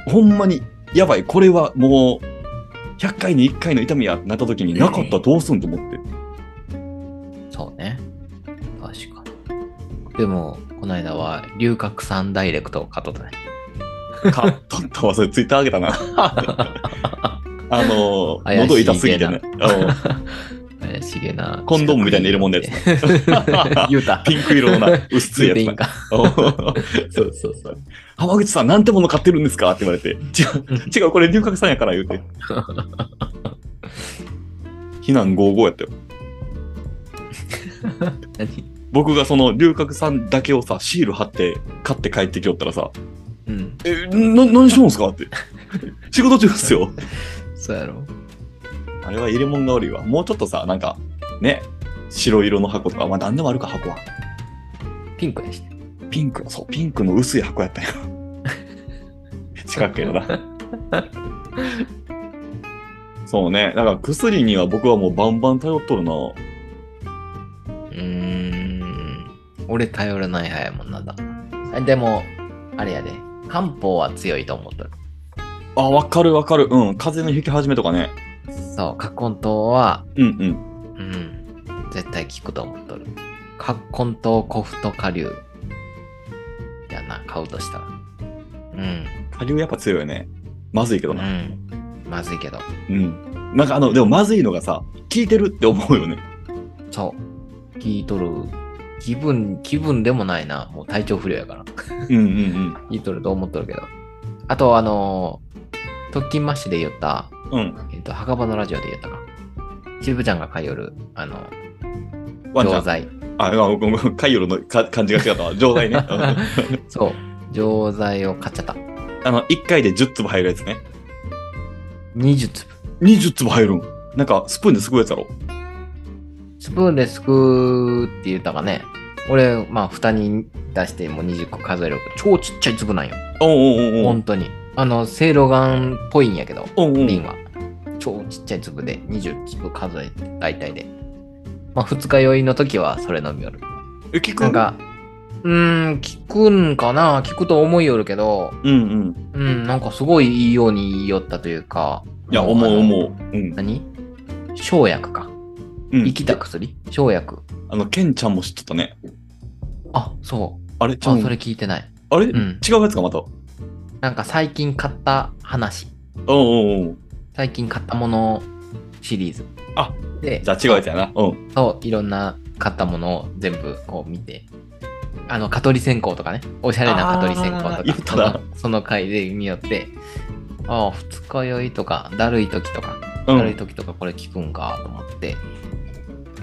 Speaker 2: ほんまに、やばい、これはもう、100回に1回の痛みやってなった時になかったらどうすんと思って。
Speaker 1: そうね。確かに。でも、この間は、龍角散ダイレクトを買っとったね。
Speaker 2: 買っとったわ、それツイッターあげ たな。あのー、
Speaker 1: 怪しい
Speaker 2: 喉痛すぎてね。あ
Speaker 1: 怪しげな。
Speaker 2: のコンドームみたいに入れ物のやつ。
Speaker 1: つ。 言うた。
Speaker 2: ピンク色の な、薄つ
Speaker 1: 言
Speaker 2: い
Speaker 1: う
Speaker 2: や
Speaker 1: ていい
Speaker 2: つ
Speaker 1: んか。
Speaker 2: な。
Speaker 1: そうそうそう。
Speaker 2: 浜口さん、なんてもの買ってるんですかって言われて。 違う、違う、これ龍角さんやから言うて。避難55やったよ。
Speaker 1: 何
Speaker 2: 僕がその龍角散だけをさ、シール貼って、買って帰ってきよったらさ、
Speaker 1: うん。
Speaker 2: え、な、何しようんすかって。仕事中っすよ。
Speaker 1: そうやろ。
Speaker 2: あれは入れ物が悪いわ。もうちょっとさ、なんか、ね、白色の箱とか、まあ何でもあるか箱は。
Speaker 1: ピンクやしね。
Speaker 2: ピンク、そう、ピンクの薄い箱や ったよ。近くけどな。そうね。だから薬には僕はもうバンバン頼っとるな。
Speaker 1: うーん。俺頼らない派やもんなんだ。でも、あれやで。漢方は強いと思っとる。
Speaker 2: あ、わかるわかる。うん。風邪の引き始めとかね。
Speaker 1: そう、葛根湯は、
Speaker 2: うんうん。
Speaker 1: うん、絶対効くと思っとる。葛根湯コフト顆粒。やな、買うとしたら。うん、
Speaker 2: 下流やっぱ強いよね。まずいけど
Speaker 1: う
Speaker 2: な。
Speaker 1: ん。まずいけど。
Speaker 2: うん。なんかあの、でもまずいのがさ、効いてるって思うよね。
Speaker 1: そう、効いとる。気分、気分でもないな。もう体調不良やから。効
Speaker 2: うんうんうん。
Speaker 1: いとると思っとるけど。あと、あのー特勤マッシュで言った、
Speaker 2: うん。
Speaker 1: えっと、墓場のラジオで言ったか。しぶちゃんが通る、あの、
Speaker 2: ワンちゃ
Speaker 1: 錠
Speaker 2: ん。
Speaker 1: 剤。
Speaker 2: あ、ごめんごめん。カイヨロのか感じが違ったわ。錠剤ね。うん
Speaker 1: そう。錠剤を買っちゃった。
Speaker 2: あの、1回で10粒入るやつね。
Speaker 1: 20粒。
Speaker 2: 20粒入るん。なんか、スプーンですくうやつやろ。
Speaker 1: スプーンですくうって言ったかね。俺、まあ、蓋に出してもう20個数える。超ちっちゃい粒なんよ。
Speaker 2: おうおうおうおう
Speaker 1: 本当に。あの、せいろがんっぽいんやけど、
Speaker 2: おうおう
Speaker 1: 瓶は。超ちっちゃい粒で、20粒数えて、大体で。まあ、二日酔いの時はそれ飲みよる。
Speaker 2: え、聞く
Speaker 1: なんか、うーん、聞くんかな聞くと思いよるけど、
Speaker 2: うんうん。
Speaker 1: うん、なんかすごいいいように言いよったというか。
Speaker 2: いや、
Speaker 1: も
Speaker 2: 思う
Speaker 1: うあの。
Speaker 2: 思う。うん。
Speaker 1: 何生薬か。
Speaker 2: うん
Speaker 1: 生きた薬生薬。
Speaker 2: あの、ケンちゃんも知っとったね。
Speaker 1: あ、そう。
Speaker 2: あれちゃ
Speaker 1: あ、
Speaker 2: ん
Speaker 1: それ聞いてない。
Speaker 2: あれ、
Speaker 1: ん
Speaker 2: 違うやつか、また。おう
Speaker 1: なんか最近買った話。
Speaker 2: おうおう
Speaker 1: 最近買ったものシリーズ。
Speaker 2: あ、
Speaker 1: で
Speaker 2: じ、ゃあ違うやつやな。うん。
Speaker 1: そう、いろんな買ったものを全部こう見て、あの、蚊取り線香とかね、おしゃれな蚊取り線香
Speaker 2: あー
Speaker 1: と
Speaker 2: 言っ
Speaker 1: か、
Speaker 2: た
Speaker 1: そ
Speaker 2: な
Speaker 1: のその回で見よって、ああ、二日酔いとか、だるい時とか、
Speaker 2: う
Speaker 1: だるい
Speaker 2: ん。
Speaker 1: 時とかこれ効くんかと思って、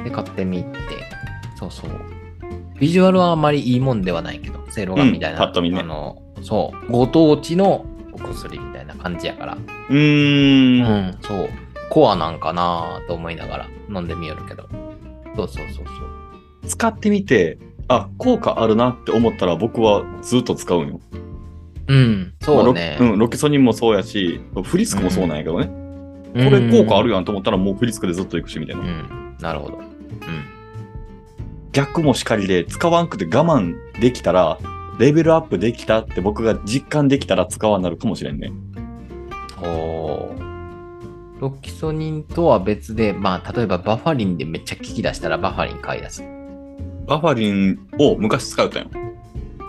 Speaker 1: で、買ってみて、そうそう。ビジュアルはあんまりいいもんではないけど、セイロガンみたいな、
Speaker 2: うんパッと見ね
Speaker 1: あの、そう、ご当地のお薬みたいな感じやから、
Speaker 2: うーん。
Speaker 1: うん、そう。コアなんかなと思いながら飲んでみよるけど。そうそうそうそう。
Speaker 2: 使ってみて、あ、効果あるなって思ったら僕はずっと使うんよ。
Speaker 1: うん、そうね。
Speaker 2: まあロうん、ロキソニンもそうやし、フリスクもそうなんやけどね。これ効果あるやんと思ったらもうフリスクでずっといくしみたいな。
Speaker 1: うん、うん、なるほど。うん。
Speaker 2: 逆もしかりで使わんくて我慢できたら、レベルアップできたって僕が実感できたら使わんなるかもしれんね。
Speaker 1: おーロキソニンとは別で、まあ、例えばバファリンでめっちゃ効き出したらバファリン買い出す。
Speaker 2: バファリンを昔使うたんよ。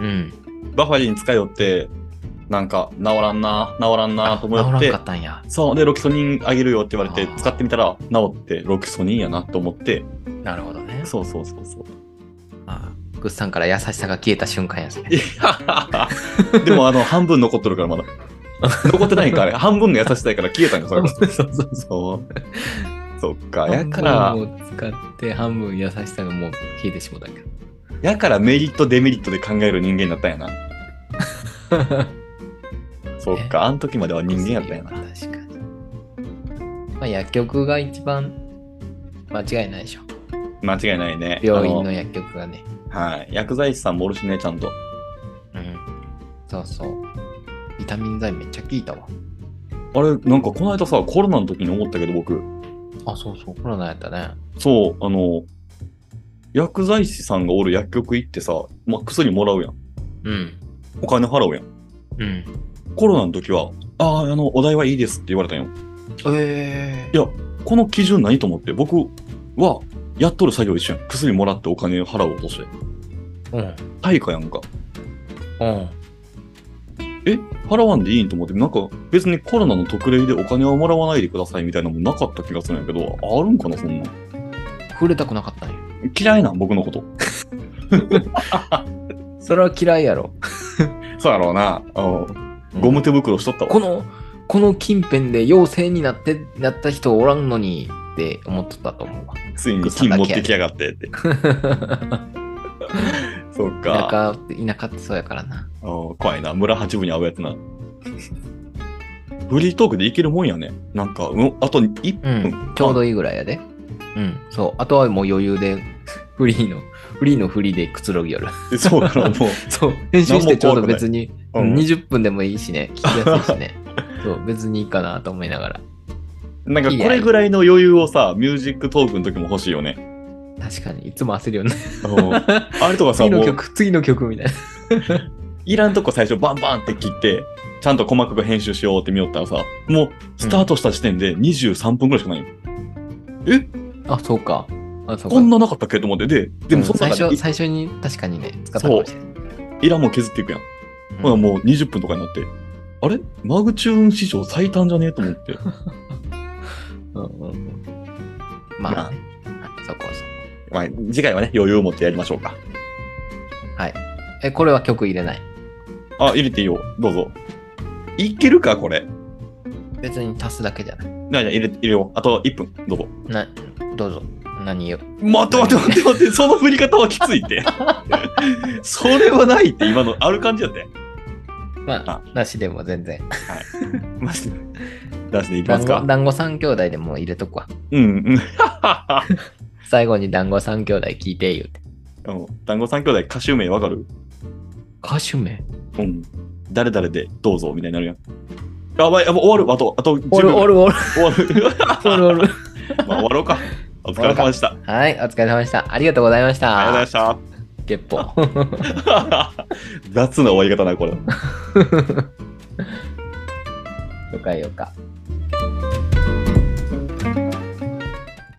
Speaker 1: うん。
Speaker 2: バファリン使いよって、なんか治らんな、治らんなと
Speaker 1: 治
Speaker 2: 思っ
Speaker 1: らん
Speaker 2: て
Speaker 1: かっ、たんや。
Speaker 2: そう、で、ロキソニンあげるよって言われ
Speaker 1: あ
Speaker 2: て、
Speaker 1: ー
Speaker 2: 使ってみたら治って、ロキソニンやなと思って、
Speaker 1: なるほどね。
Speaker 2: そうそうそうそう。
Speaker 1: あーグッさんから優しさが消えた瞬間やそれ
Speaker 2: いやでもあの、半分残っとるからまだ。残ってないんか、あれ。半分の優しさやから消えたんか、それ が。
Speaker 1: そうそう
Speaker 2: そう。そっか、や
Speaker 1: 半
Speaker 2: から
Speaker 1: 分、を使って半分優しさがもう消えてしまったんや
Speaker 2: やからメリット、デメリットで考える人間だったんやな。そっか、あの時までは人間やったんやな。
Speaker 1: 確かに。まあ、薬局が一番間違いないでしょ。
Speaker 2: 間違いないね。
Speaker 1: 病院
Speaker 2: あ
Speaker 1: の薬局がね。
Speaker 2: はい。薬剤師さんもおるしね、ちゃんと。
Speaker 1: うん。そうそう。ビタミン剤めっちゃ効いたわ。
Speaker 2: あれ、なんかこの間さ、コロナの時に思ったけど、僕。
Speaker 1: あ、そうそう、コロナやったね。
Speaker 2: そう、あの、薬剤師さんがおる薬局行ってさ、まあ、薬もらうやん。
Speaker 1: うん。
Speaker 2: お金払うやん。
Speaker 1: うん。
Speaker 2: コロナの時は、ああ、あの、お代はいいですって言われたんよ。
Speaker 1: え
Speaker 2: いや、この基準何と思って、僕は、やっとる作業一緒やん。薬もらってお金払おうとして。
Speaker 1: ー。うん。
Speaker 2: 対価やんか。
Speaker 1: うん。
Speaker 2: え払わんでいいんと思って、なんか別にコロナの特例でお金はもらわないでくださいみたいなのもなかった気がするんやけど、あるんかな、そんなん。
Speaker 1: 触れたくなかったんや。
Speaker 2: 嫌いなん、僕のこと。
Speaker 1: それは嫌いやろ。
Speaker 2: そうやろうな。うんゴム手袋しとった
Speaker 1: こ
Speaker 2: わ。
Speaker 1: の、この近辺で陽性になって、なった人おらんのにって思っとったと思う わ。
Speaker 2: ついに金持ってきやがってって。そっ
Speaker 1: 田
Speaker 2: か。
Speaker 1: 舎って、田舎ってそうやからな。
Speaker 2: うん怖いな。村八分に会うやつな。フリートークでいけるもんやね。なんか、うん、あと1
Speaker 1: う
Speaker 2: 分。
Speaker 1: ん、ちょうどいいぐらいやで。うん、そう。あとはもう余裕で、フリーの、フリーのフリーでくつろぎよる。
Speaker 2: えそうやろ、もう。
Speaker 1: そう。編集してちょうど別に、
Speaker 2: う
Speaker 1: うんん20分でもいいしね、聞きやすいしね。そう、別にいいかなと思いながら。
Speaker 2: なんかこれぐらいの余裕をさ、ミュージックトークの時も欲しいよね。
Speaker 1: 確かに、いつも焦るよ ね。
Speaker 2: あれとかさ、
Speaker 1: 次
Speaker 2: も
Speaker 1: の
Speaker 2: う
Speaker 1: 曲、次の曲みたいな。
Speaker 2: いらんとこ最初バンバンって切って、ちゃんと細かく編集しようって見よったらさ、もうスタートした時点で23分ぐらいしかないよ。
Speaker 1: あ、そうか。あ、そうか。
Speaker 2: こんななかったっけと思って、で、でもそ
Speaker 1: うん
Speaker 2: の
Speaker 1: 最
Speaker 2: 中で
Speaker 1: 初、
Speaker 2: い
Speaker 1: 最初に確かにね、使ったかもしれない。
Speaker 2: いらんもん削っていくやん。
Speaker 1: うん
Speaker 2: ほらもう20分とかになって、あれマグチューン史上最短じゃねえと思って。
Speaker 1: うんうんうんまあね、はいそこそこ。
Speaker 2: まあ、次回はね、余裕を持ってやりましょうか。
Speaker 1: はい。え、これは曲入れない。
Speaker 2: あ、入れていいよ。どうぞ。いけるか、これ。
Speaker 1: 別に足すだけじゃない。
Speaker 2: じゃあ入れ入れよう。あと1分、どうぞ。
Speaker 1: な、どうぞ。何よ。
Speaker 2: 待って待って待って待って、その振り方はきついって。 それはないって、今のある感じやって。
Speaker 1: まあ、なしでも全然。
Speaker 2: マジで。出していきま
Speaker 1: 団
Speaker 2: す
Speaker 1: 子
Speaker 2: か。
Speaker 1: 団子三兄弟でも入れとくわ。
Speaker 2: うんうん。
Speaker 1: 最後に団子三兄弟聞いて言うて。
Speaker 2: あの団子三兄弟歌手名わかる
Speaker 1: 歌手名
Speaker 2: うん。誰々でどうぞみたいになるやん。やばい、やばい終わる。あと、あと10
Speaker 1: おる
Speaker 2: 秒。
Speaker 1: おるおる
Speaker 2: 終わる。
Speaker 1: おるおる。
Speaker 2: まあ、終わろうか。お疲れ様で した。あ
Speaker 1: は
Speaker 2: り
Speaker 1: い、お疲れ様でした。ありがとうございまし
Speaker 2: がとうござい
Speaker 1: た
Speaker 2: ま。した。
Speaker 1: 月報。
Speaker 2: 雑な終わり方な、これ。
Speaker 1: よかよか。